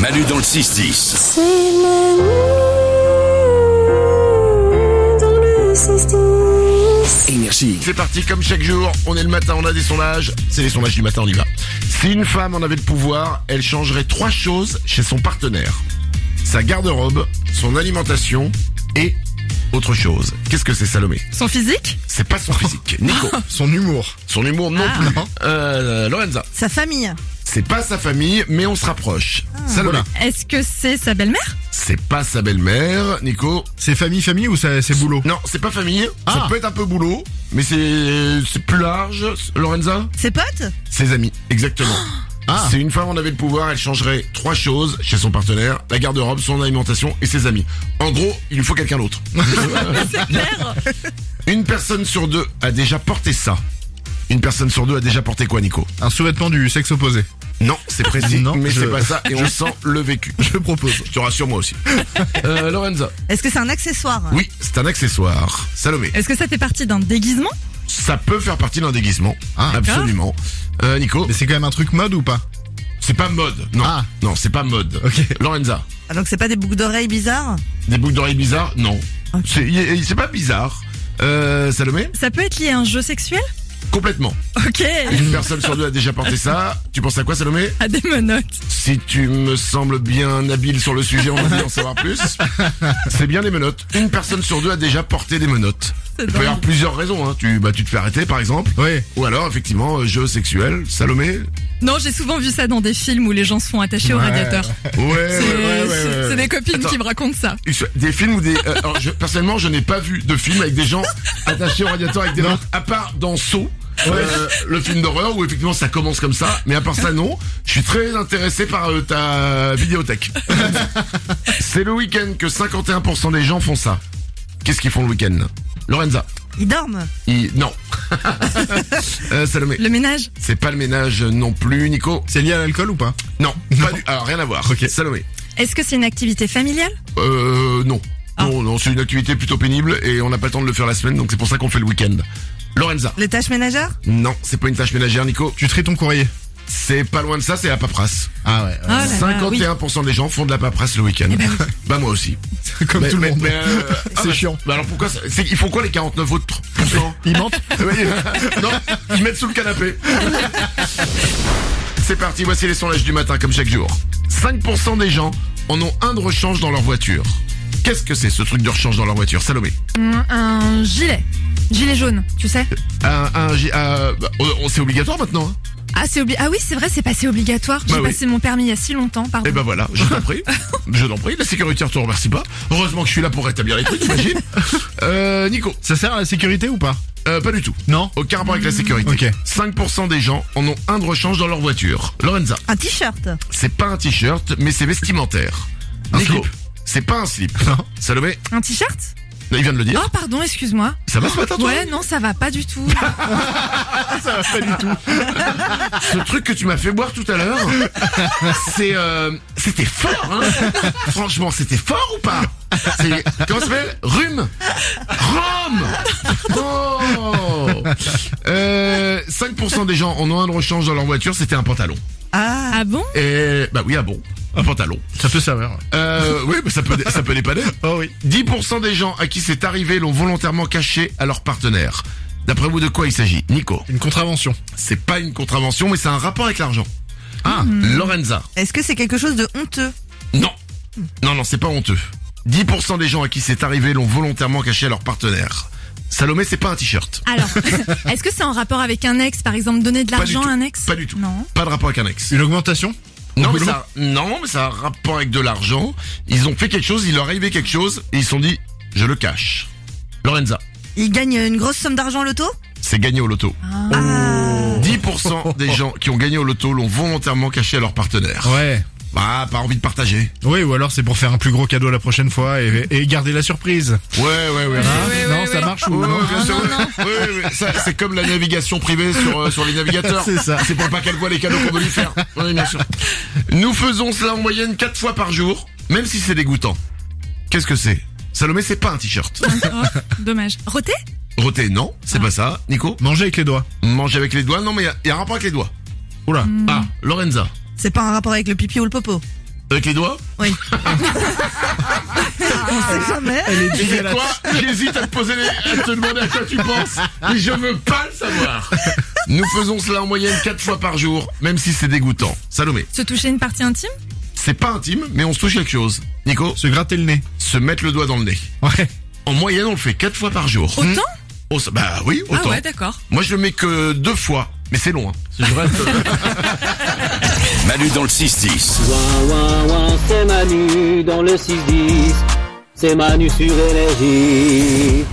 Manu dans le 6-10. C'est Manu dans le 6-10. Énergie. C'est parti comme chaque jour, on est le matin, on a des sondages, c'est les sondages du matin, on y va. Si une femme en avait le pouvoir, elle changerait trois choses chez son partenaire. Sa garde-robe, son alimentation et autre chose. Qu'est-ce que c'est Salomé Son physique C'est pas son physique. Nico, Son humour. son humour non Ah. plus. Euh, Lorenza, Sa famille c'est pas sa famille, mais on se rapproche. Ah. Salomé, Est-ce que c'est sa belle-mère c'est pas sa belle-mère. Nico, C'est famille, famille ou c'est c'est boulot non, c'est pas famille, ça Ah. peut être un peu boulot, mais c'est c'est plus large. Lorenza Ses potes Ses amis, exactement. Ah. Si une femme en avait le pouvoir, elle changerait trois choses chez son partenaire, la garde-robe, son alimentation et ses amis. En gros, il lui faut quelqu'un d'autre. C'est clair Une personne sur deux a déjà porté ça. Une personne sur deux a déjà porté quoi, Nico Un sous-vêtement du sexe opposé. Non, c'est précis, Non, mais je- c'est pas ça et on sent le vécu. Je propose. Je te rassure moi aussi. Euh, Lorenza. Est-ce que c'est un accessoire Oui, c'est un accessoire. Salomé. Est-ce que ça fait partie d'un déguisement Ça peut faire partie d'un déguisement. Ah. absolument. Euh, Nico. Mais c'est quand même un truc mode ou pas C'est pas mode. Non. Ah. Non, c'est pas mode. Ok. Lorenza. Ah, Donc c'est pas des boucles d'oreilles bizarres Des boucles d'oreilles bizarres Non. Ok. C'est il- c'est pas bizarre. Euh, Salomé Ça peut être lié à un jeu sexuel Complètement. Ok Une personne sur deux a déjà porté ça. Tu penses à quoi, Salomé À des menottes Si tu me sembles bien habile sur le sujet, on va en savoir plus. C'est bien les menottes. Une personne sur deux a déjà porté des menottes. C'est Il peut y avoir dingue. plusieurs raisons. Hein. Tu, bah, tu te fais arrêter, par exemple. Oui. Ou alors, effectivement, euh, jeu sexuel. Salomé Non, j'ai souvent vu ça dans des films où les gens se font attacher au Ouais. radiateur. Ouais, ouais, C'est ouais, ouais, c'est- ouais. c'est des copines Attends. qui me racontent ça. Des films ou des. euh, alors je, personnellement, je n'ai pas vu de film avec des gens attachés au radiateur avec des mains, à part dans Saut. euh, le film d'horreur où effectivement ça commence comme ça, mais à part ça non, je suis très intéressé par euh, ta vidéothèque. C'est le week-end que 51% des gens font ça. Qu'est-ce qu'ils font le week-end Lorenza Ils dorment Ils- Non. Euh, Salomé Le ménage C'est pas le ménage non plus, Nico C'est lié à l'alcool ou pas Non. Pas du... Alors rien à voir. Salomé Est-ce que c'est une activité familiale Euh, non. Ah. Non, non, c'est une activité plutôt pénible et on n'a pas le temps de le faire la semaine, donc c'est pour ça qu'on fait le week-end. Lorenza. Les tâches ménagères Non, c'est pas une tâche ménagère, Nico. Tu traites ton courrier. C'est pas loin de ça, c'est la paperasse. Ah ouais. Ah là là, oui. Eh ben 51% des gens font de la paperasse le week-end. bah moi aussi. Comme Mais- tout le mais- monde. mais, euh, ah, C'est bah, chiant. Bah alors pourquoi ça, c'est- Ils font quoi les 49 autres pourcents Il mente Oui, Non, ils mettent sous le canapé. C'est parti, voici les sondages du matin comme chaque jour. 5% des gens en ont un de rechange dans leur voiture. Qu'est-ce que c'est ce truc de rechange dans leur voiture, Salomé Mm, Un gilet. Gilet jaune, tu sais un, un G- euh, bah, on- c'est obligatoire maintenant. Hein Ah, c'est obli- ah oui, c'est vrai, c'est passé obligatoire. J'ai Bah oui. passé mon permis il y a si longtemps, pardon. Et ben voilà, je t'en prie, je t'en prie. La sécurité ne te remercie pas. Heureusement que je suis là pour rétablir les trucs, t'imagines euh, Nico, Ça sert à la sécurité ou pas euh, pas du tout. Non Aucun rapport avec la sécurité. Ok. 5% des gens en ont un de rechange dans leur voiture. Lorenza, Un t-shirt c'est pas un t-shirt, mais c'est vestimentaire. Un Nico, slip. c'est pas un slip. Non. Salomé, Un t-shirt il vient de le dire. Oh, pardon, excuse-moi. Ça va ce matin, toi Ouais, non, ça va pas du tout. Ce truc que tu m'as fait boire tout à l'heure, c'est, euh, c'était fort, hein Franchement, c'était fort ou pas C'est- Comment ça s'appelle Rhume Rome Oh euh, 5% des gens en ont un de rechange dans leur voiture, c'était un pantalon. Ah ah bon Et, bah oui, ah bon, un pantalon. Ça peut servir. Euh, oui, mais ça peut, ça peut dépanner. Oh oui. 10% des gens à qui c'est arrivé l'ont volontairement caché à leur partenaire. D'après vous, de quoi il s'agit Nico, Une contravention. c'est pas une contravention, mais c'est un rapport avec l'argent. Ah, Lorenza. Hmm. Est-ce que c'est quelque chose de honteux Non. Non, non, c'est pas honteux. 10% des gens à qui c'est arrivé l'ont volontairement caché à leur partenaire. Salomé, c'est pas un t-shirt. Alors, est-ce que c'est en rapport avec un ex, par exemple, donner de Pas du l'argent tout. à un ex Pas du tout. Non. Pas de rapport avec un ex. Une augmentation Non mais, ça, non, mais ça a un rapport avec de l'argent. Ils ont fait quelque chose, il leur est arrivé quelque chose, et ils se sont dit, je le cache. Lorenza, Il gagne une grosse somme d'argent à l'auto c'est gagné au loto. Ah. 10% des gens qui ont gagné au loto l'ont volontairement caché à leur partenaire. Ouais. Bah, pas envie de partager. Oui, ou alors c'est pour faire un plus gros cadeau la prochaine fois et, et garder la surprise. Ouais, ouais, ouais. Hein non, ça marche ou Ouais, non ouais, Oh, bien sûr, ouais. Ouais, ouais, ouais. Ça, c'est comme la navigation privée sur, euh, sur les navigateurs. C'est ça. C'est pour pas qu'elle voit les cadeaux qu'on veut lui faire. Oui, bien sûr. Nous faisons cela en moyenne 4 fois par jour, même si c'est dégoûtant. Qu'est-ce que c'est Salomé, c'est pas un t-shirt. Oh, dommage. Roté Roté, non, c'est pas ça. Nico, Manger avec les doigts. manger avec les doigts, non, mais il y, a un rapport avec les doigts. Oula. Ah, Lorenza. C'est pas un rapport avec le pipi ou le popo Avec les doigts Oui. On sait jamais. Tu sais quoi J'hésite à te poser les... à te demander à quoi tu penses, mais je veux pas le savoir. Nous faisons cela en moyenne 4 fois par jour, même si c'est dégoûtant. Salomé, Se toucher une partie intime c'est pas intime, mais on se touche quelque chose. Nico, Se gratter le nez. se mettre le doigt dans le nez. Ouais. En moyenne, on le fait 4 fois par jour. Autant Oh, ça- bah oui, Ah autant. ouais, d'accord. Moi, je le mets que deux fois, mais c'est long. hein. Manu dans le 6-10. Ouin, ouin, ouin, c'est Manu dans le 6-10. C'est Manu sur énergie.